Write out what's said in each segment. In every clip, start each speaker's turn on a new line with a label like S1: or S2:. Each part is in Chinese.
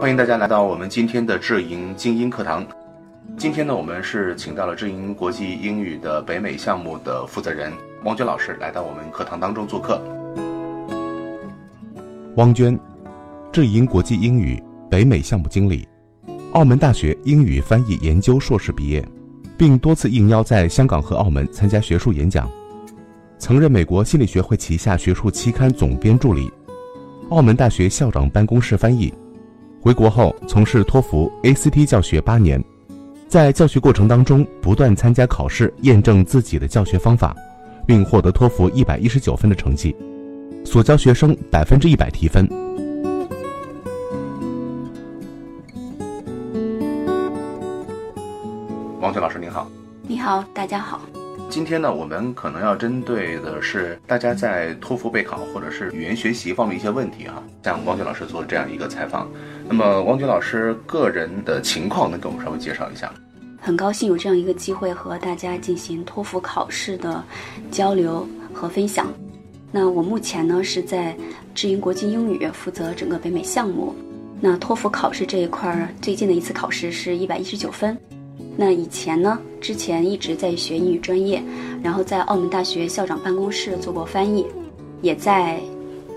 S1: 欢迎大家来到我们今天的智营精英课堂。今天呢，我们是请到了智营国际英语的北美项目的负责人汪娟老师来到我们课堂当中做客。
S2: 汪娟，智银国际英语北美项目经理，澳门大学英语翻译研究硕士毕业，并多次应邀在香港和澳门参加学术演讲，曾任美国心理学会旗下学术期刊总编助理，澳门大学校长办公室翻译。回国后从事托福、ACT 教学八年，在教学过程当中不断参加考试，验证自己的教学方法，并获得托福一百一十九分的成绩。所教学生百分之一百提分。
S1: 汪娟老师您好，
S3: 你好，大家好。
S1: 今天呢，我们可能要针对的是大家在托福备考或者是语言学习方面一些问题啊哈、向汪娟老师做这样一个采访。那么，汪娟老师个人的情况能给我们稍微介绍一下吗？
S3: 很高兴有这样一个机会和大家进行托福考试的交流和分享。那我目前呢是在智英国际英语负责整个北美项目。那托福考试这一块儿，最近的一次考试是一百一十九分。那以前呢，之前一直在学英语专业，然后在澳门大学校长办公室做过翻译，也在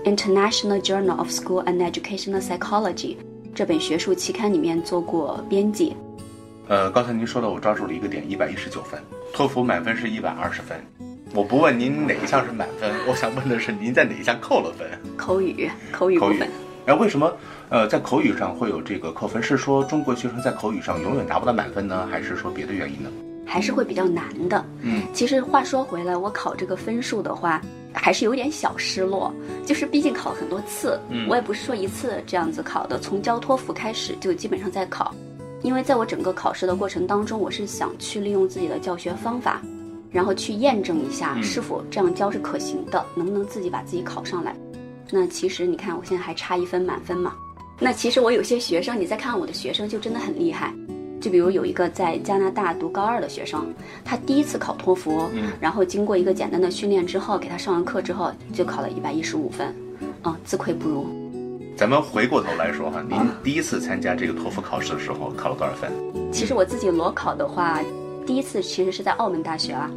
S3: International Journal of School and Educational Psychology 这本学术期刊里面做过编辑。
S1: 呃，刚才您说的我抓住了一个点，一百一十九分，托福满分是一百二十分。我不问您哪一项是满分，我想问的是您在哪一项扣了分？
S3: 口语，口语部
S1: 口语
S3: 分。
S1: 哎，为什么呃在口语上会有这个扣分？是说中国学生在口语上永远达不到满分呢，还是说别的原因呢？
S3: 还是会比较难的。
S1: 嗯，
S3: 其实话说回来，我考这个分数的话，还是有点小失落，就是毕竟考了很多次，
S1: 嗯
S3: 我也不是说一次这样子考的，从教托福开始就基本上在考，因为在我整个考试的过程当中，我是想去利用自己的教学方法，然后去验证一下
S1: 嗯
S3: 是否这样教是可行的，能不能自己把自己考上来。那其实你看，我现在还差一分满分嘛。那其实我有些学生，你再看我的学生就真的很厉害，就比如有一个在加拿大读高二的学生，他第一次考托福，
S1: 嗯
S3: 然后经过一个简单的训练之后，给他上完课之后，就考了一百一十五分，啊，自愧不如。
S1: 咱们回过头来说哈，您第一次参加这个托福考试的时候考了多少分？
S3: 其实我自己裸考的话，第一次其实是在澳门大学啊，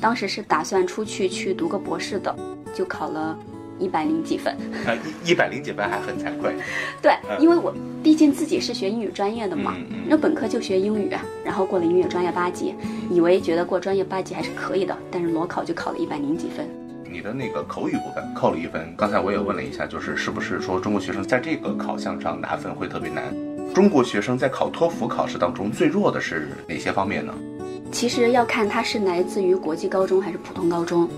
S3: 当时是打算出去去读个博士的，就考了一百零几分。
S1: 啊，一一百零几分还很惭愧。
S3: 对
S1: 嗯，
S3: 因为我毕竟自己是学英语专业的嘛，
S1: 嗯嗯
S3: 那本科就学英语，啊然后过了英语专业八级，以为觉得过专业八级还是可以的，但是裸考就考了一百零几分。
S1: 你的那个口语部分扣了一分，刚才我也问了一下，就是是不是说中国学生在这个考项上拿分会特别难？中国学生在考托福考试当中最弱的是哪些方面呢？
S3: 其实要看它是来自于国际高中还是普通高中。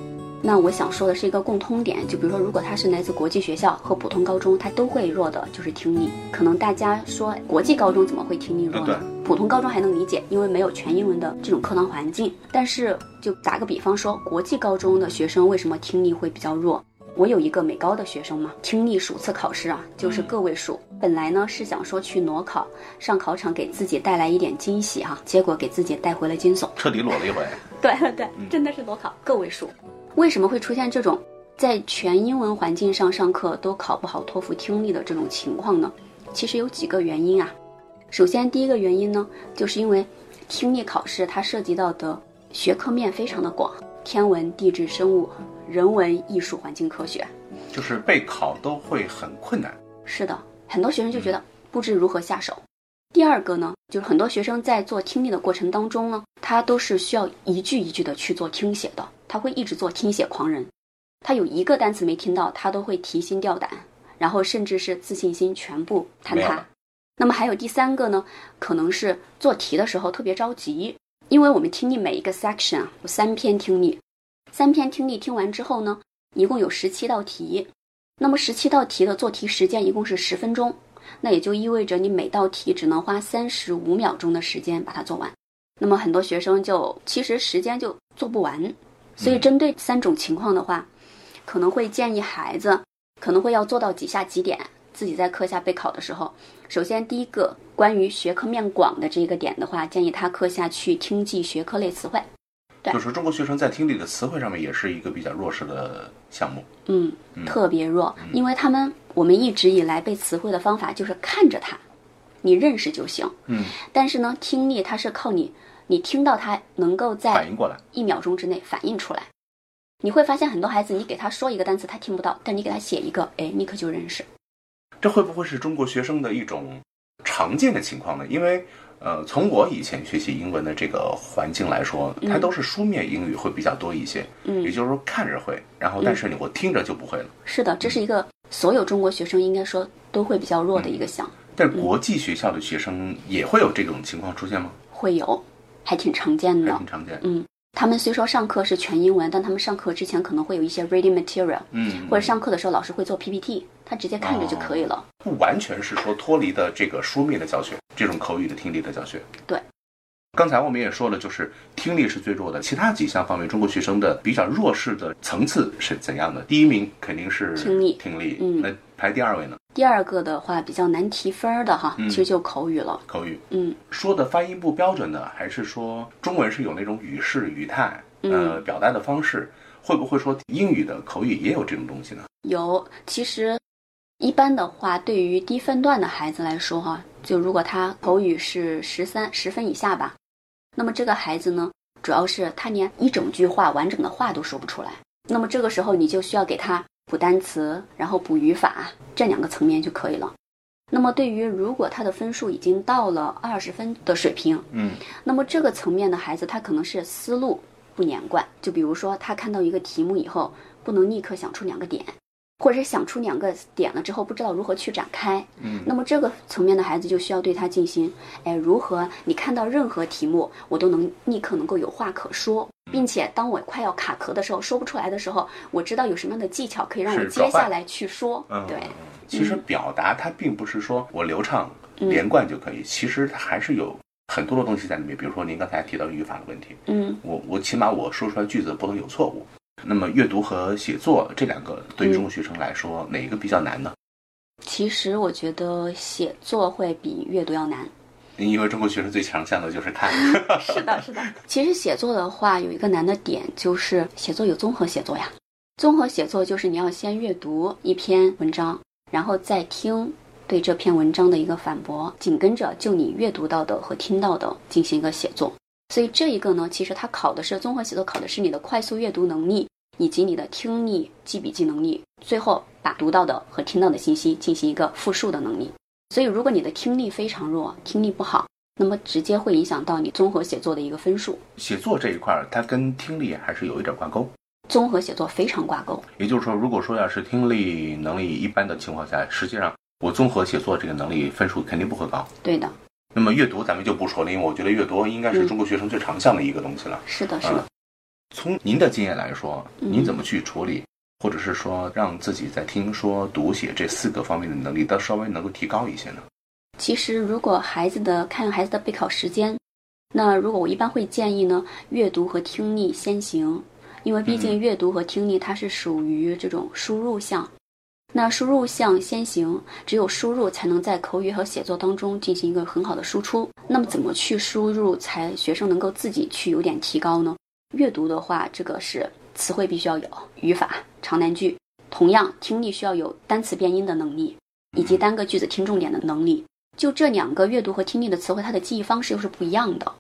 S3: 那我想说的是一个共通点，就比如说，如果它是来自国际学校和普通高中，它都会弱的，就是听力。可能大家说国际高中怎么会听力弱呢？
S1: 嗯
S3: 普通高中还能理解，因为没有全英文的这种课堂环境。但是就打个比方说，国际高中的学生为什么听力会比较弱？我有一个美高的学生嘛，听力数次考试啊，就是个位数。本来呢是想说去裸考，上考场给自己带来一点惊喜哈、结果给自己带回了惊悚。
S1: 彻底裸了一回。
S3: 对对对
S1: 嗯，
S3: 真的是裸考个位数。为什么会出现这种在全英文环境上上课都考不好托福听力的这种情况呢？其实有几个原因啊。首先，第一个原因呢，就是因为听力考试它涉及到的学科面非常的广，天文、地质、生物、人文、艺术、环境科学。
S1: 就是备考都会很困难。
S3: 是的，很多学生就
S1: 嗯
S3: 觉得不知如何下手。第二个呢，就是很多学生在做听力的过程当中呢，他都是需要一句一句的去做听写的，他会一直做听写狂人，他有一个单词没听到，他都会提心吊胆，然后甚至是自信心全部坍
S1: 没有
S3: 塌
S1: 了。
S3: 那么还有第三个呢，可能是做题的时候特别着急，因为我们听力每一个 section 啊有三篇听力，三篇听力听完之后呢，一共有十七道题，那么十七道题的做题时间一共是十分钟，那也就意味着你每道题只能花三十五秒钟的时间把它做完。那么很多学生就其实时间就做不完，所以针对三种情况的话，可能会建议孩子可能会要做到几下几点。自己在课下备考的时候，首先第一个关于学科面广的这一个点的话，建议他课下去听记学科类词汇。对
S1: 就是说中国学生在听力的词汇上面也是一个比较弱势的项目。
S3: 嗯，特别弱，
S1: 嗯
S3: 因为他们我们一直以来背词汇的方法就是看着它，你认识就行。
S1: 嗯，
S3: 但是呢，听力它是靠你，你听到它能够在
S1: 反应过来，
S3: 一秒钟之内反应出来。你会发现很多孩子，你给他说一个单词他听不到，但你给他写一个，哎，立刻就认识。
S1: 这会不会是中国学生的一种常见的情况呢？因为呃，从我以前学习英文的这个环境来说，它都是书面英语会比较多一些，也
S3: 嗯，
S1: 就是说看着会，然后但是你我听着就不会了。
S3: 是的，这是一个所有中国学生应该说都会比较弱的一个项，
S1: 但是国际学校的学生也会有这种情况出现吗？
S3: 会有，还挺常见
S1: 还
S3: 的
S1: 挺。常见。
S3: 嗯，他们虽说上课是全英文，但他们上课之前可能会有一些 reading material，
S1: 嗯，哦
S3: 或者上课的时候老师会做 PPT，他直接看着就可以了。
S1: 不完全是说脱离的这个书面的教学，这种口语的听力的教学。
S3: 对。
S1: 刚才我们也说了，就是听力是最弱的，其他几项方面，中国学生的比较弱势的层次是怎样的？第一名肯定是
S3: 听力
S1: 听力，
S3: 嗯
S1: 那排第二位呢？
S3: 第二个的话比较难提分儿的哈，
S1: 嗯
S3: 其实就口语了。
S1: 口语
S3: 嗯，
S1: 说的发音不标准的，还是说中文是有那种语势、语态，呃，
S3: 嗯
S1: 表达的方式，会不会说英语的口语也有这种东西呢？
S3: 有，其实一般的话，对于低分段的孩子来说哈，就如果他口语是十三十分以下吧，那么这个孩子呢，主要是他连一整句话完整的话都说不出来。那么这个时候你就需要给他补单词，然后补语法这两个层面就可以了。那么对于如果他的分数已经到了二十分的水平，
S1: 嗯，
S3: 那么这个层面的孩子，他可能是思路不连贯。就比如说，他看到一个题目以后，不能立刻想出两个点，或者是想出两个点了之后，不知道如何去展开。
S1: 嗯
S3: 那么这个层面的孩子就需要对他进行，哎，如何你看到任何题目，我都能立刻能够有话可
S1: 嗯
S3: 说，并且当我快要卡壳的时候，说不出来的时候，我知道有什么样的技巧可以让我
S1: 是
S3: 接
S1: 转换
S3: 下来去说。
S1: 嗯，
S3: 对，
S1: 其实表达它并不是说我流畅、
S3: 嗯
S1: 连贯就可以，其实它还是有很多的东西在里面。比如说您刚才提到语法的问题，
S3: 嗯
S1: 我我起码我说出来句子不能有错误。那么阅读和写作这两个对于
S3: 嗯
S1: 中国学生来说，哪一个比较难呢？
S3: 其实我觉得写作会比阅读要难。
S1: 因为中国学生最强项的就是 看，
S3: 是的，是的。其实写作的话，有一个难的点就是写作有综合写作呀。综合写作就是你要先阅读一篇文章，然后再听对这篇文章的一个反驳，紧跟着就你阅读到的和听到的进行一个写作。所以这一个呢，其实它考的是综合写作，考的是你的快速阅读能力以及你的听力、记笔记能力，最后把读到的和听到的信息进行一个复述的能力。所以，如果你的听力非常弱，听力不好，那么直接会影响到你综合写作的一个分数。
S1: 写作这一块儿它跟听力还是有一点挂钩。
S3: 综合写作非常挂钩，
S1: 也就是说，如果说要是听力能力一般的情况下，实际上我综合写作这个能力分数肯定不会高。
S3: 对的，
S1: 那么阅读咱们就不说了，因为我觉得阅读应该是
S3: 嗯
S1: 中国学生最长项的一个东西了。
S3: 是的，是
S1: 嗯
S3: 的，
S1: 从您的经验来说，
S3: 嗯
S1: 您怎么去处理，或者是说让自己在听说读写这四个方面的能力都稍微能够提高一些呢？
S3: 其实，如果孩子的看孩子的备考时间，那如果我一般会建议呢，阅读和听力先行，因为毕竟阅读和听力它是属于这种输入项，那输入项先行，只有输入才能在口语和写作当中进行一个很好的输出。那么怎么去输入才学生能够自己去有点提高呢？阅读的话，这个是词汇必须要有，语法、长难句，同样听力需要有单词变音的能力，以及单个句子听重点的能力。就这两个阅读和听力的词汇，它的记忆方式又是不一样的。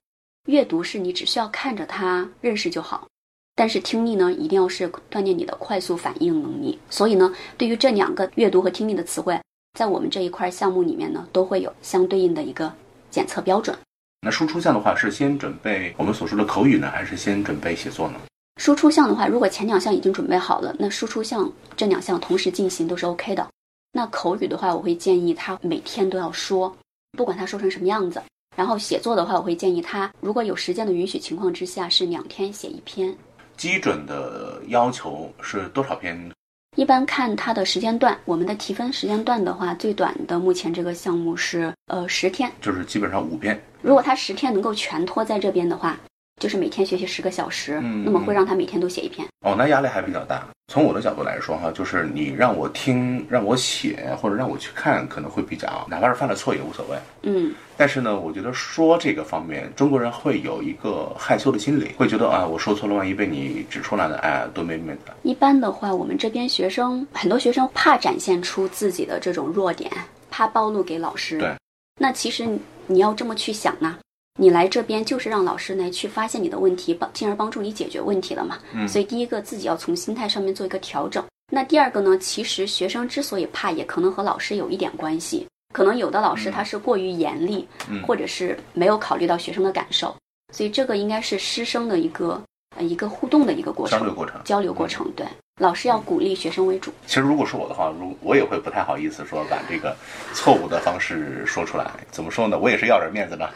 S3: 阅读是你只需要看着它认识就好，但是听力呢，一定要是锻炼你的快速反应能力。所以呢，对于这两个阅读和听力的词汇，在我们这一块项目里面呢，都会有相对应的一个检测标准。
S1: 那输出项的话，是先准备我们所说的口语呢，还是先准备写作呢？
S3: 输出项的话，如果前两项已经准备好了，那输出项这两项同时进行都是 OK 的。那口语的话，我会建议他每天都要说，不管他说成什么样子。然后写作的话，我会建议他，如果有时间的允许情况之下，是两天写一篇。
S1: 基准的要求是多少篇？
S3: 一般看它的时间段，我们的提分时间段的话，最短的目前这个项目是呃十天。
S1: 就是基本上五篇。
S3: 如果他十天能够全拖在这边的话，就是每天学习十个小时，
S1: 嗯
S3: 那么会让他每天都写一篇。
S1: 哦，那压力还比较大。从我的角度来说哈，就是你让我听、让我写或者让我去看，可能会比较，哪怕是犯了错也无所谓。
S3: 嗯，
S1: 但是呢，我觉得说这个方面，中国人会有一个害羞的心理，会觉得啊，我说错了，万一被你指出来了，哎，多没面子。
S3: 一般的话，我们这边学生很多学生怕展现出自己的这种弱点，怕暴露给老师。
S1: 对。
S3: 那其实你你要这么去想呢，你来这边就是让老师来去发现你的问题，帮进而帮助你解决问题了嘛。
S1: 嗯
S3: 所以第一个自己要从心态上面做一个调整。那第二个呢，其实学生之所以怕，也可能和老师有一点关系。可能有的老师他是过于严厉，
S1: 嗯
S3: 或者是没有考虑到学生的感受，所以这个应该是师生的一个呃一个互动的一个过程
S1: 相。对过程，
S3: 交流过
S1: 嗯
S3: 程，对，老师要鼓励学 生为主。
S1: 其实如果是我的话，如我也会不太好意思说把这个错误的方式说出来。怎么说呢？ 我也是要点面子的，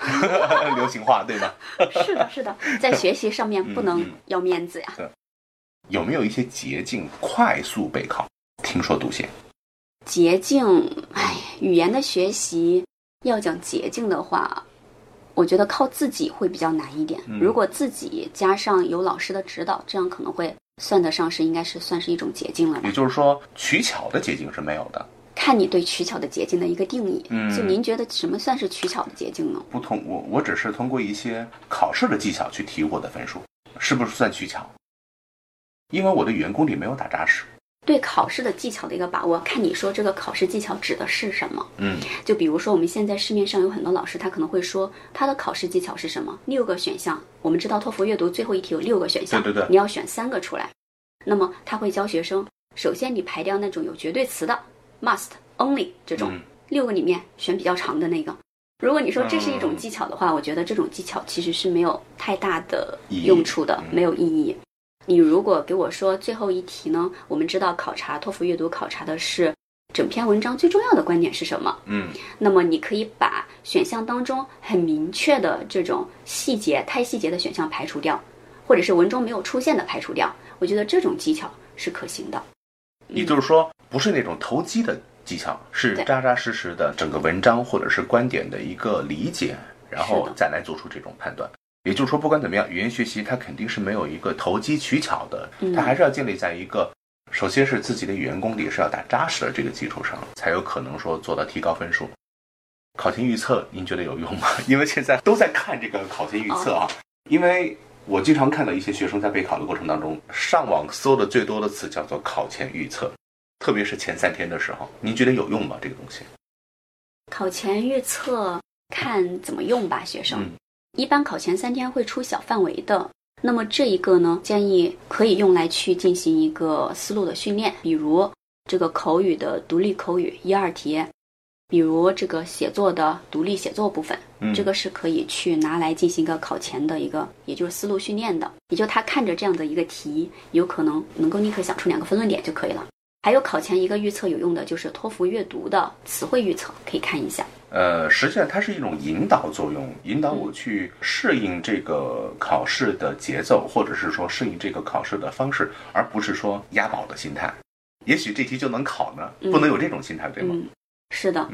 S1: 流行话对吧？
S3: 是的，是的，在学习上面不
S1: 嗯
S3: 能要面子呀。
S1: 有没有一些捷径快速备考？听说读写，
S3: 捷径，哎，语言的学习要讲捷径的话，我觉得靠自己会比较难一点。
S1: 嗯
S3: 如果自己加上有老师的指导，这样可能会算得上是应该是算是一种捷径了吧
S1: 也。就是说取巧的捷径是没有的。
S3: 看你对取巧的捷径的一个定义。
S1: 嗯
S3: 就您觉得什么算是取巧的捷径呢？
S1: 不通，我我只是通过一些考试的技巧去提我的分数，是不是算取巧？因为我的语言功底没有打扎实。
S3: 对考试的技巧的一个把握，看你说这个考试技巧指的是什么。
S1: 嗯
S3: 就比如说，我们现在市面上有很多老师，他可能会说他的考试技巧是什么？六个选项。我们知道托福阅读最后一题有六个选项，
S1: 对对对
S3: 你要选三个出来。那么他会教学生，首先你排掉那种有绝对词的 must、only 这种，
S1: 嗯
S3: 六个里面选比较长的那个。如果你说这是一
S1: 嗯
S3: 种技巧的话，我觉得这种技巧其实是没有太大的
S1: 意义
S3: 用处的，
S1: 嗯
S3: 没有意义。你如果给我说最后一题呢？我们知道考察托福阅读考察的是整篇文章最重要的观点是什么？
S1: 嗯
S3: 那么你可以把选项当中很明确的这种细节、太细节的选项排除掉，或者是文中没有出现的排除掉。我觉得这种技巧是可行的。
S1: 也就是说，不是那种投机的技巧，是
S3: 对
S1: 扎扎实实的整个文章或者是观点的一个理解，然后
S3: 是的
S1: 再来做出这种判断。也就是说，不管怎么样，语言学习它肯定是没有一个投机取巧的，
S3: 嗯
S1: 它还是要建立在一个，首先是自己的语言功底是要打扎实的这个基础上，才有可能说做到提高分数。考前预测您觉得有用吗？ 因为现在都在看这个考前预测啊，因为我经常看到一些学生在备考的过程当中，上网搜的最多的词叫做考前预测，特别是前三天的时候，您觉得有用吗？这个东西？
S3: 考前预测看怎么用吧，学生。
S1: 嗯
S3: 一般考前三天会出小范围的。那么这一个呢，建议可以用来去进行一个思路的训练，比如这个口语的独立口语一二题，比如这个写作的独立写作部分，
S1: 嗯
S3: 这个是可以去拿来进行一个考前的一个，也就是思路训练的。也就他看着这样的一个题，有可能能够立刻想出两个分论点就可以了。还有考前一个预测有用的就是托福阅读的词汇预测，可以看一下。
S1: 呃，实际上它是一种引导作用，引
S3: 嗯
S1: 导我去适应这个考试的节奏，或者是说适应这个考试的方式，而不是说押宝的心态。也许这题就能考呢，
S3: 嗯
S1: 不能有这种心态，对吗？
S3: 嗯，是的，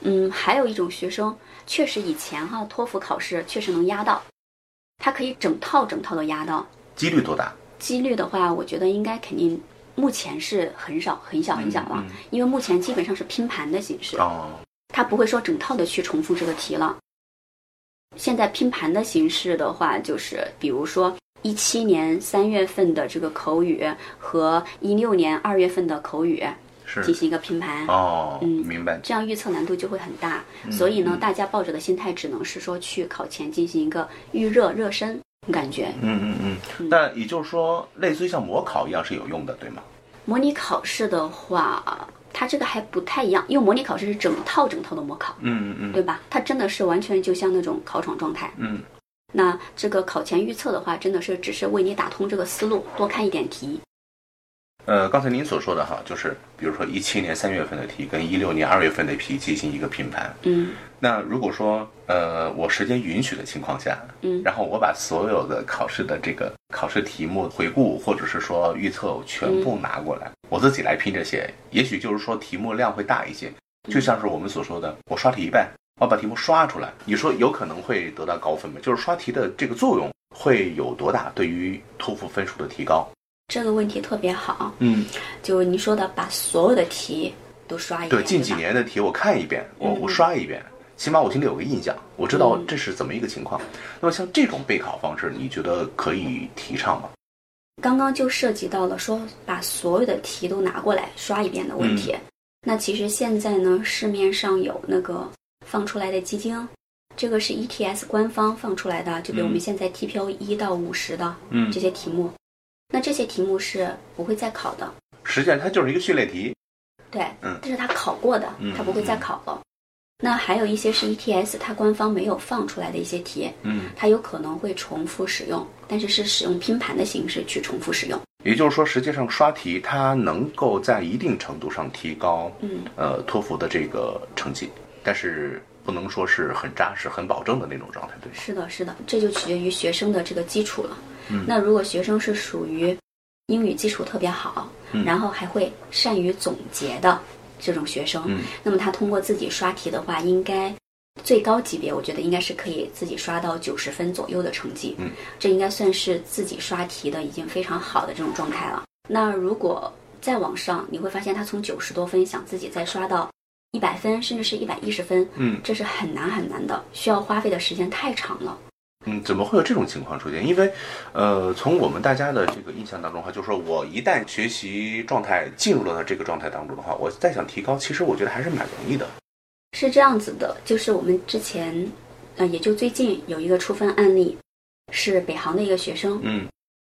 S3: 嗯，还有一种学生，确实以前哈、托福考试确实能压到，他可以整套整套的压到。
S1: 几率多大？
S3: 几率的话，我觉得应该肯定目前是很少很小很小了，
S1: 嗯嗯
S3: 因为目前基本上是拼盘的形式，
S1: 哦，
S3: 他不会说整套的去重复这个题了。现在拼盘的形式的话，就是比如说一七年三月份的这个口语和一六年二月份的口语
S1: 是
S3: 进行一个拼盘。
S1: 哦，
S3: 嗯
S1: 明白。
S3: 这样预测难度就会很大。所以呢，
S1: 嗯
S3: 大家抱着的心态只能是说去考前进行一个预热热身感觉。
S1: 嗯嗯嗯，那也就是说，类似于像模考一样是有用的，对吗？
S3: 模拟考试的话，它这个还不太一样，因为模拟考试是整套整套的模考，
S1: 嗯嗯
S3: 对吧？它真的是完全就像那种考场状态。
S1: 嗯
S3: 那这个考前预测的话，真的是只是为你打通这个思路，多看一点题。
S1: 呃，刚才您所说的哈，就是比如说一七年三月份的题跟一六年二月份的题进行一个拼盘。
S3: 嗯
S1: 那如果说呃我时间允许的情况下，
S3: 嗯
S1: 然后我把所有的考试的这个考试题目回顾或者是说预测我全部拿过来，我自己来拼着写，也许就是说题目量会大一些，就像是我们所说的，我刷题呗，我把题目刷出来，你说有可能会得到高分吗？就是刷题的这个作用会有多大对于托福分数的提高？
S3: 这个问题特别好，
S1: 嗯，
S3: 就是你说的把所有的题都刷一遍，
S1: 对，近几
S3: 吧
S1: 年的题我看一遍，我
S3: 嗯
S1: 我刷一遍，起码我心里有个印象，我知道
S3: 嗯
S1: 这是怎么一个情况。那么像这种备考方式，你觉得可以提倡吗？
S3: 刚刚就涉及到了说把所有的题都拿过来刷一遍的问
S1: 嗯
S3: 题。那其实现在呢，市面上有那个放出来的基金，这个是 ETS 官方放出来的，就比如我们
S1: 嗯
S3: 现在 TPO 一到五十的
S1: 嗯
S3: 这些题目，那这些题目是不会再考的，
S1: 实际上它就是一个训练题。
S3: 对，
S1: 嗯
S3: 但是他考过的
S1: 嗯，
S3: 他不会再考了。那还有一些是 ETS 它官方没有放出来的一些题，
S1: 嗯，
S3: 它有可能会重复使用，但是是使用拼盘的形式去重复使用。
S1: 也就是说，实际上刷题它能够在一定程度上提高
S3: 嗯，
S1: 呃托福的这个成绩，但是不能说是很扎实、很保证的那种状态，对吗？
S3: 是的，是的，这就取决于学生的这个基础了。
S1: 嗯
S3: 那如果学生是属于英语基础特别好，
S1: 嗯
S3: 然后还会善于总结的这种学生，
S1: 嗯
S3: 那么他通过自己刷题的话，应该最高级别，我觉得应该是可以自己刷到九十分左右的成绩。
S1: 嗯，
S3: 这应该算是自己刷题的已经非常好的这种状态了。那如果再往上，你会发现他从九十多分想自己再刷到一百分，甚至是一百一十分，
S1: 嗯
S3: 这是很难很难的，需要花费的时间太长了。
S1: 嗯，怎么会有这种情况出现？因为，呃，从我们大家的这个印象当中哈，就是说我一旦学习状态进入了这个状态当中的话，我再想提高，其实我觉得还是蛮容易的。
S3: 是这样子的，就是我们之前，呃，也就最近有一个出分案例，是北航的一个学生，
S1: 嗯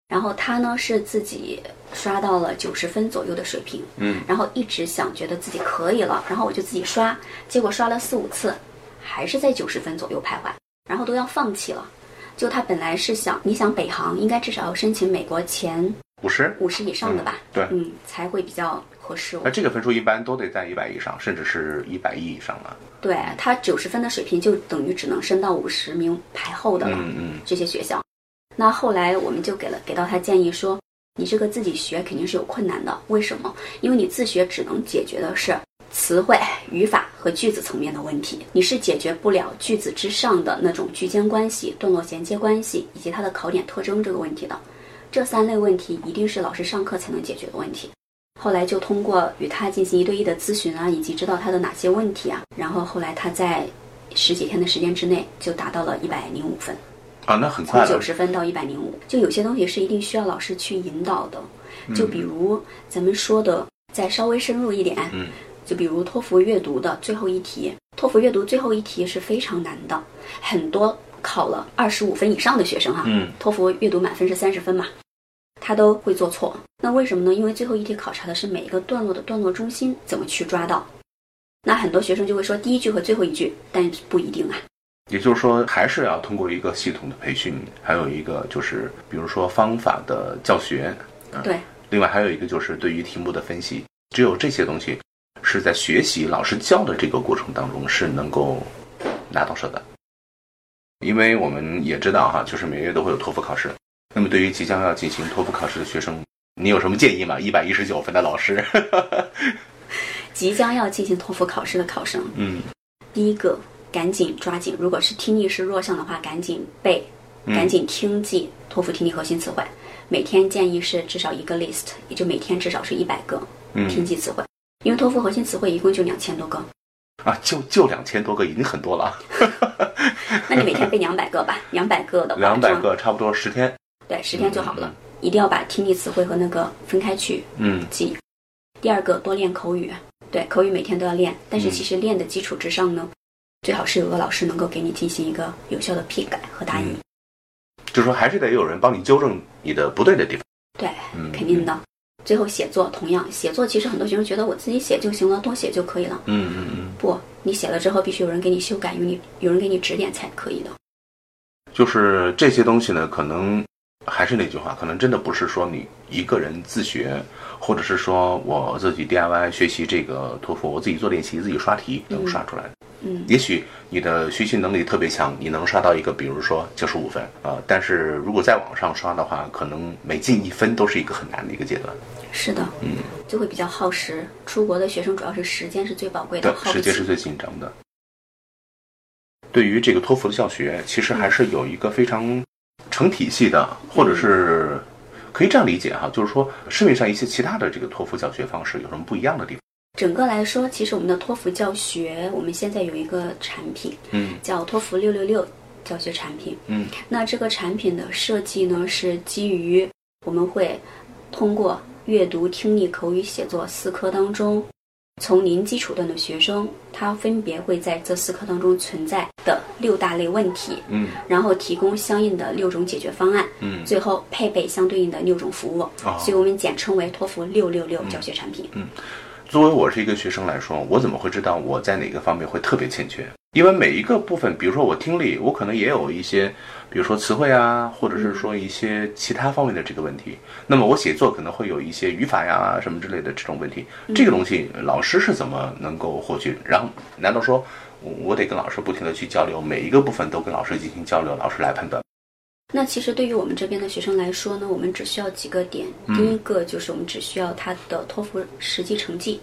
S3: 然后他呢是自己刷到了九十分左右的水平，
S1: 嗯
S3: 然后一直想觉得自己可以了，然后我就自己刷，结果刷了四五次，还是在九十分左右徘徊，然后都要放弃了。就他本来是想，你想北航应该至少要申请美国前
S1: 五十，
S3: 五十以上的吧，
S1: 对哎
S3: 嗯，才会比较合适。
S1: 那这个分数一般都得在一百以上，甚至是一百一以上了。
S3: 对他九十分的水平，就等于只能升到五十名排后的了。
S1: 嗯嗯
S3: 这些学校。那后来我们就给了给到他建议说，你这个自己学肯定是有困难的，为什么？因为你自学只能解决的是词汇、语法和句子层面的问题，你是解决不了句子之上的那种句间关系、段落衔接关系以及它的考点特征这个问题的。这三类问题一定是老师上课才能解决的问题。后来就通过与他进行一对一的咨询啊，以及知道他的哪些问题啊，然后后来他在十几天的时间之内就达到了一百零五分。
S1: 啊，那很快
S3: 从
S1: 了。
S3: 九十分到一百零五，就有些东西是一定需要老师去引导的。就比如咱们说的，再稍微深入一点，
S1: 嗯
S3: 就比如托福阅读的最后一题，托福阅读最后一题是非常难的，很多考了二十五分以上的学生哈、
S1: 嗯
S3: 托福阅读满分是三十分嘛，他都会做错。那为什么呢？因为最后一题考察的是每一个段落的段落中心怎么去抓到。那很多学生就会说第一句和最后一句，但不一定啊。
S1: 也就是说，还是要通过一个系统的培训，还有一个就是，比如说方法的教学，啊
S3: 对，
S1: 另外还有一个就是对于题目的分析，只有这些东西是在学习老师教的这个过程当中是能够拿到手的。因为我们也知道哈，就是每月都会有托福考试。那么对于即将要进行托福考试的学生，你有什么建议吗？一百一十九分的老 师，
S3: 即将要进行托福考试的考生，
S1: 嗯，
S3: 第一个，赶紧抓紧，如果是听力是弱项的话，赶紧背，
S1: 嗯
S3: 赶紧听记托福听力核心词汇。每天建议是至少一个 list，也就每天至少是一百个
S1: 嗯
S3: 听记词汇，因为托福核心词汇一共就两千多 个，
S1: 啊，就就两千多个已经很 多了啊，
S3: 那你每天背两百个吧， 两百个的话，
S1: 两百
S3: 这样
S1: 个差嗯不多十天，
S3: 对，十天就好了。一定要把听力词汇和那个分开去
S1: 嗯
S3: 记。第二个，多练口语，啊对，口语每天都要练，但是
S1: 嗯
S3: 其实练的基础之上呢，最好是有个老师能够给你进行一个有效的批改和答疑。
S1: 嗯就是说还是得有人帮你纠正你的不对的地方，
S3: 对，
S1: 嗯，
S3: 肯定的。最后写作同样，写作其实很多学生觉得我自己写就行了，多写就可以了。
S1: 嗯，嗯嗯嗯。
S3: 不，你写了之后必须有人给你修改，有你有人给你指点才可以的。
S1: 就是这些东西呢，可能还是那句话，可能真的不是说你一个人自学，或者是说我自己 DIY 学习这个托福，我自己做练习，自己刷题能刷出来。
S3: 嗯，
S1: 也许你的学习能力特别强，你能刷到一个，比如说九十五分啊、但是如果再往上刷的话，可能每进一分都是一个很难的一个阶段。
S3: 是的，
S1: 嗯，
S3: 就会比较耗时。出国的学生主要是时间是最宝贵
S1: 对
S3: 的，，耗
S1: 时
S3: 不
S1: 间是
S3: 起。
S1: 最紧张的。对于这个托福的教学，其实还是有一个非常成体系的，或者是可以这样理解哈、就是说市面上一些其他的这个托福教学方式有什么不一样的地方？
S3: 整个来说，其实我们的托福教学，我们现在有一个产品
S1: 嗯
S3: 叫托福六六六教学产品。
S1: 嗯
S3: 那这个产品的设计呢，是基于我们会通过阅读、听力、口语、写作四科当中，从零基础段的学生，他分别会在这四科当中存在的六大类问题，
S1: 嗯
S3: 然后提供相应的六种解决方案，
S1: 嗯
S3: 最后配备相对应的六种服务，
S1: 哦
S3: 所以我们简称为托福六六六教学产品。
S1: 作为我是一个学生来说，我怎么会知道我在哪个方面会特别欠缺？因为每一个部分，比如说我听力，我可能也有一些，比如说词汇啊，或者是
S3: 嗯
S1: 说一些其他方面的这个问题。那么我写作可能会有一些语法呀什么之类的这种问题。这
S3: 嗯
S1: 个东西老师是怎么能够获取？然后难道说我我得跟老师不停的去交流，每一个部分都跟老师进行交流，老师来判断？
S3: 那其实对于我们这边的学生来说呢，我们只需要几个点。
S1: 嗯
S3: 第一个就是我们只需要他的托福实际成绩，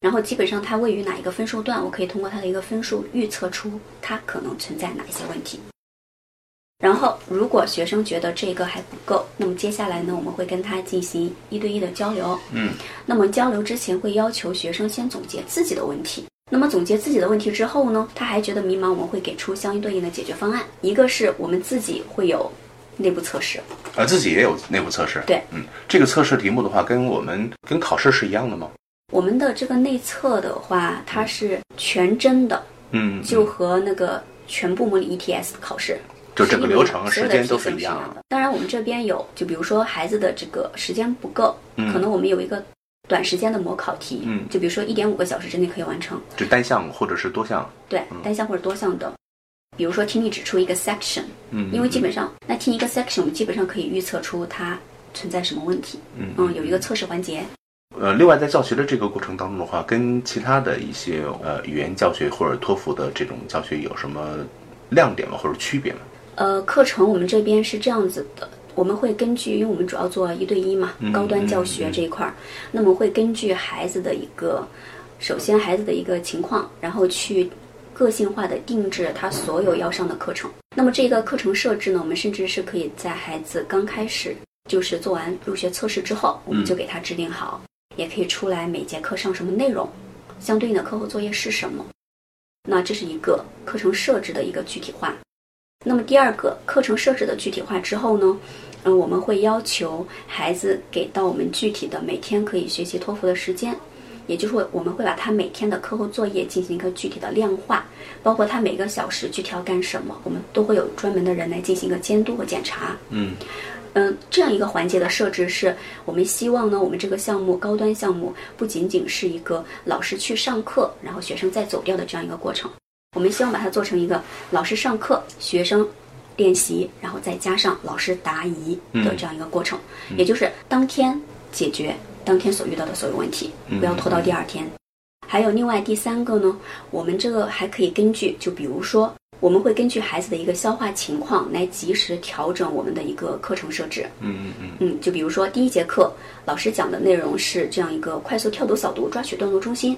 S3: 然后基本上他位于哪一个分数段，我可以通过他的一个分数预测出他可能存在哪一些问题。然后，如果学生觉得这个还不够，那么接下来呢，我们会跟他进行一对一的交流。
S1: 嗯
S3: 那么交流之前会要求学生先总结自己的问题。那么总结自己的问题之后呢，他还觉得迷茫，我们会给出相应对应的解决方案。一个是我们自己会有内部测试，
S1: 啊，自己也有内部测试。
S3: 对，
S1: 嗯，这个测试题目的话，跟我们跟考试是一样的吗？
S3: 我们的这个内测的话，它是全真的，
S1: 嗯，嗯
S3: 就和那个全部模拟 E ETS 考试
S1: 就整个流程
S3: 是
S1: 时
S3: 一模一样
S1: 间都
S3: 所
S1: 是一
S3: 有的题型
S1: 样
S3: 是
S1: 的。
S3: 的。当然，我们这边有，就比如说孩子的这个时间不够，
S1: 嗯
S3: 可能我们有一个短时间的模考题，
S1: 嗯
S3: 就比如说一点五个小时之内可以完成。
S1: 就单项或者是多项，
S3: 对，单项或者多项的。比如说听力指出一个 section，
S1: 嗯，
S3: 因为基本上那听一个 section，我们基本上可以预测出它存在什么问题。
S1: 嗯
S3: 嗯，有一个测试环节。
S1: 呃，另外在教学的这个过程当中的话，跟其他的一些呃语言教学或者托福的这种教学有什么亮点吗？或者区别吗？
S3: 呃，课程我们这边是这样子的，我们会根据，因为我们主要做一对一嘛，
S1: 嗯
S3: 高端教学这一块儿，那么会根据孩子的一个，首先孩子的一个情况，然后去个性化的定制他所有要上的课程。那么这个课程设置呢，我们甚至是可以在孩子刚开始就是做完入学测试之后，我们就给他制定好，也可以出来每节课上什么内容，相对应的课后作业是什么。那这是一个课程设置的一个具体化。那么第二个课程设置的具体化之后呢，嗯，我们会要求孩子给到我们具体的每天可以学习托福的时间，也就是我我们会把他每天的课后作业进行一个具体的量化，包括他每个小时具体要干什么，我们都会有专门的人来进行一个监督和检查。
S1: 嗯
S3: 嗯，这样一个环节的设置是我们希望呢，我们这个项目高端项目不仅仅是一个老师去上课，然后学生再走掉的这样一个过程。我们希望把它做成一个老师上课，学生练习，然后再加上老师答疑的这样一个过程，也就是当天解决当天所遇到的所有问题，
S1: 嗯
S3: 不要拖到第二天。还有另外第三个呢，我们这个还可以根据，就比如说，我们会根据孩子的一个消化情况来及时调整我们的一个课程设置。
S1: 嗯嗯
S3: 嗯，就比如说第一节课老师讲的内容是这样一个快速跳读、扫读、抓取段落中心。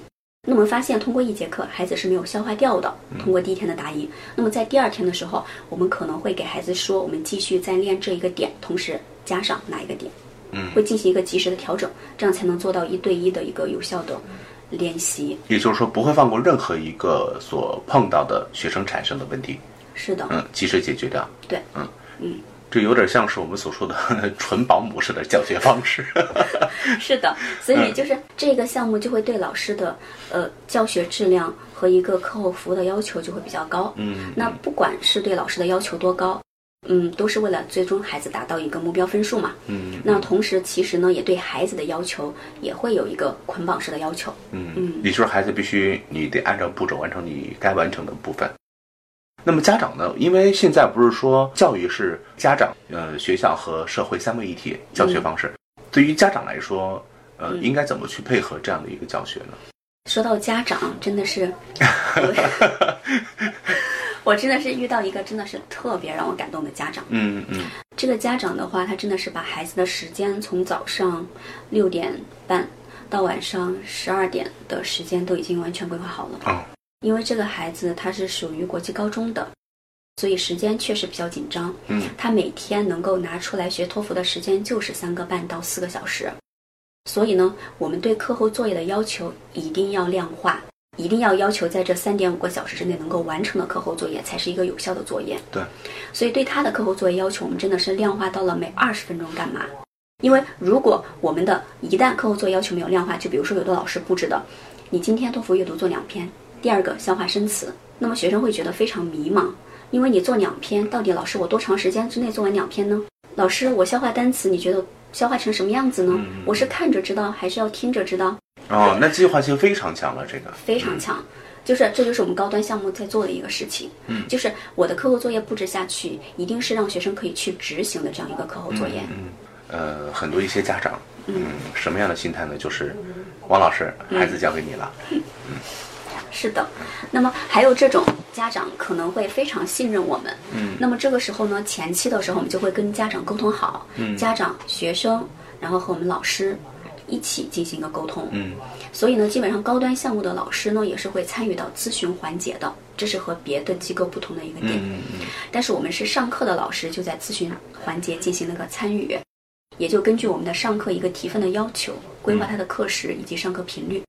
S3: 那我们发现，通过一节课，孩子是没有消化掉的。
S1: 嗯
S3: 通过第一天的答疑，那么在第二天的时候，我们可能会给孩子说，我们继续再练这一个点，同时加上哪一个点，
S1: 嗯
S3: 会进行一个及时的调整，这样才能做到一对一的一个有效的练习。
S1: 也就是说不会放过任何一个所碰到的学生产生的问题，
S3: 是的，
S1: 嗯，及时解决掉。
S3: 对，
S1: 嗯
S3: 嗯。
S1: 这有点像是我们所说的 纯保姆式的教学方式。
S3: 是的，
S1: 嗯
S3: 所以就是这个项目就会对老师的呃教学质量和一个课后服务的要求就会比较高。
S1: 嗯，
S3: 那不管是对老师的要求多高，嗯，都是为了最终孩子达到一个目标分数嘛。
S1: 嗯
S3: 那同时，其实呢，也对孩子的要求也会有一个捆绑式的要求。
S1: 嗯，也就是孩子必须你得按照步骤完成你该完成的部分。那么家长呢？因为现在不是说教育是家长、呃学校和社会三位一体教学方式，对于家长来说，呃，
S3: 嗯
S1: 应该怎么去配合这样的一个教学呢？
S3: 说到家长，真的是，我真的是遇到一个真的是特别让我感动的家长。
S1: 嗯嗯
S3: 这个家长的话，他真的是把孩子的时间从早上六点半到晚上十二点的时间都已经完全规划好了。
S1: 啊
S3: 因为这个孩子他是属于国际高中的，所以时间确实比较紧张。
S1: 嗯，
S3: 他每天能够拿出来学托福的时间就是三个半到四个小时。所以呢，我们对课后作业的要求一定要量化，一定要要求在这三点五个小时之内能够完成的课后作业才是一个有效的作业。
S1: 对，
S3: 所以对他的课后作业要求，我们真的是量化到了每二十分钟干嘛。因为如果我们的一旦课后作业要求没有量化，就比如说有的老师布置的，你今天托福阅读做两篇，第二个消化生词，那么学生会觉得非常迷茫，因为你做两篇，到底老师我多长时间之内做完两篇呢？老师我消化单词，你觉得消化成什么样子呢？
S1: 嗯
S3: 我是看着知道，还是要听着知道？
S1: 哦，那计划性非常强了，这个
S3: 非常强，就是这就是我们高端项目在做的一个事情。
S1: 嗯
S3: 就是我的课后作业布置下去，一定是让学生可以去执行的这样一个课后作业。
S1: 嗯，呃，很多一些家长，嗯，什么样的心态呢？就是王老师，孩子交给你了，
S3: 是的，那么还有这种家长可能会非常信任我们，
S1: 嗯
S3: 那么这个时候呢，前期的时候我们就会跟家长沟通好，
S1: 嗯
S3: 家长、学生，然后和我们老师一起进行一个沟通，
S1: 嗯
S3: 所以呢，基本上高端项目的老师呢也是会参与到咨询环节的，这是和别的机构不同的一个点。
S1: 嗯嗯
S3: 但是我们是上课的老师就在咨询环节进行了个参与，也就根据我们的上课一个提分的要求，规划他的课时以及上课频率，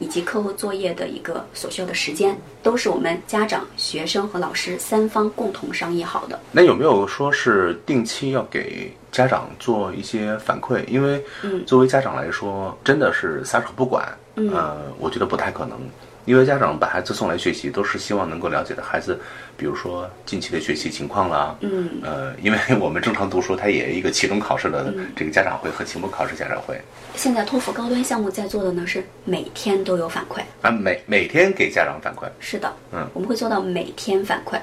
S3: 以及课后作业的一个所需要的时间，都是我们家长、学生和老师三方共同商议好的。
S1: 那有没有说是定期要给家长做一些反馈？因为
S3: 嗯
S1: 作为家长来说，真的是撒手不管，
S3: 嗯
S1: 呃，我觉得不太可能。因为家长把孩子送来学习，都是希望能够了解到孩子，比如说近期的学习情况啦，
S3: 嗯，
S1: 呃，因为我们正常读书，它也一个期中考试的
S3: 嗯
S1: 这个家长会和期末考试家长会，
S3: 现在托福高端项目在做的呢是每天都有反馈，
S1: 啊，每每天给家长反馈，
S3: 是的，
S1: 嗯
S3: 我们会做到每天反馈。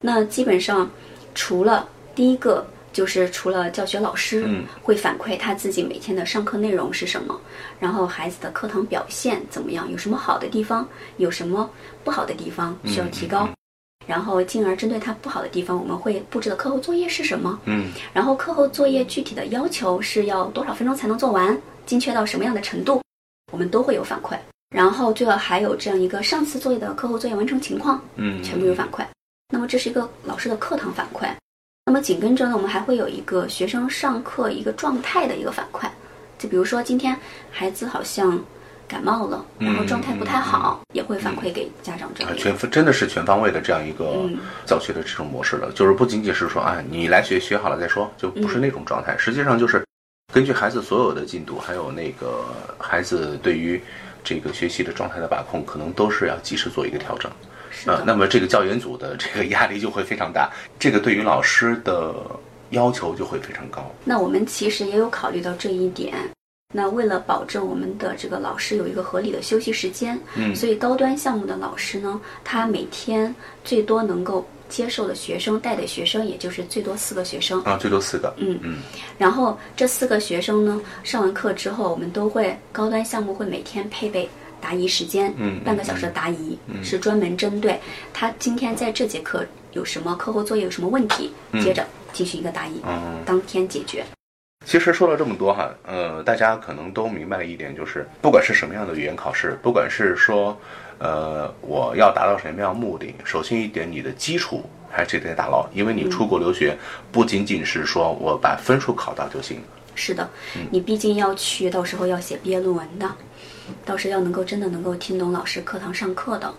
S3: 那基本上，除了第一个就是除了教学老师
S1: 嗯
S3: 会反馈他自己每天的上课内容是什么，然后孩子的课堂表现怎么样，有什么好的地方，有什么不好的地方需要提高。
S1: 嗯嗯
S3: 然后，进而针对他不好的地方，我们会布置的课后作业是什么？
S1: 嗯
S3: 然后课后作业具体的要求是要多少分钟才能做完，精确到什么样的程度，我们都会有反馈。然后最后还有这样一个上次作业的课后作业完成情况，
S1: 嗯，
S3: 全部有反馈。那么这是一个老师的课堂反馈。那么紧跟着呢，我们还会有一个学生上课一个状态的一个反馈，就比如说今天孩子好像感冒了，然后状态不太好，也会反馈给家长这
S1: 嗯啊，
S3: 里。
S1: 全真的是全方位的这样一个
S3: 嗯
S1: 教学的这种模式了，就是不仅仅是说，哎，你来学学好了再说，就
S3: 嗯
S1: 不是那种状态。实际上就是根据孩子所有的进度，还有那个孩子对于这个学习的状态的把控，可能都是要及时做一个调整。
S3: 是
S1: 呃
S3: 的，，
S1: 那么这个教研组的这个压力就会非常大，这个对于老师的要求就会非常高。
S3: 那我们其实也有考虑到这一点。那为了保证我们的这个老师有一个合理的休息时间，
S1: 嗯
S3: 所以高端项目的老师呢，他每天最多能够接受的学生带的学生，也就是最多四个学生。
S1: 啊，最多四个。
S3: 嗯
S1: 嗯
S3: 然后这四个学生呢，上完课之后，我们都会高端项目会每天配备答疑时间，
S1: 嗯
S3: 半个小时的答疑、是专门针对他今天在这节课有什么课后作业有什么问题，接着进行一个答疑，
S1: 嗯。
S3: 当天解决。
S1: 其实说了这么多哈，呃，大家可能都明白一点，就是不管是什么样的语言考试，不管是说，呃，我要达到什么样的目的，首先一点，你的基础还是得打牢，因为你出国留学不仅仅是说我把分数考到就行，
S3: 是的，你毕竟要去，到时候要写毕业论文的，到时候要能够真的能够听懂老师课堂上课的。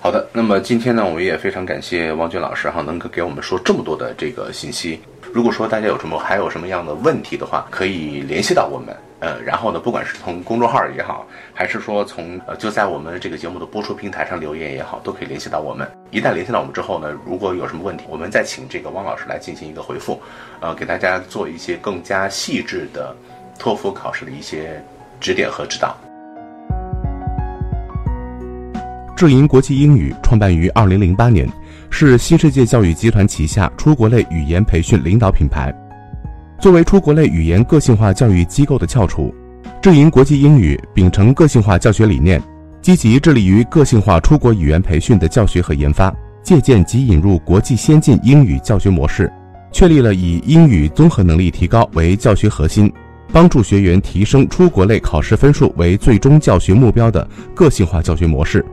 S1: 好的，那么今天呢，我们也非常感谢王军老师哈，能够给我们说这么多的这个信息。如果说大家有什么还有什么样的问题的话，可以联系到我们。呃，然后呢，不管是从公众号也好，还是说从呃就在我们这个节目的播出平台上留言也好，都可以联系到我们。一旦联系到我们之后呢，如果有什么问题，我们再请这个汪老师来进行一个回复，呃，给大家做一些更加细致的托福考试的一些指点和指导。
S2: 智银国际英语创办于二零零八年，是新世界教育集团旗下出国类语言培训领导品牌。作为出国类语言个性化教育机构的翘楚，智银国际英语秉承个性化教学理念，积极致力于个性化出国语言培训的教学和研发，借鉴及引入国际先进英语教学模式，确立了以英语综合能力提高为教学核心，帮助学员提升出国类考试分数为最终教学目标的个性化教学模式。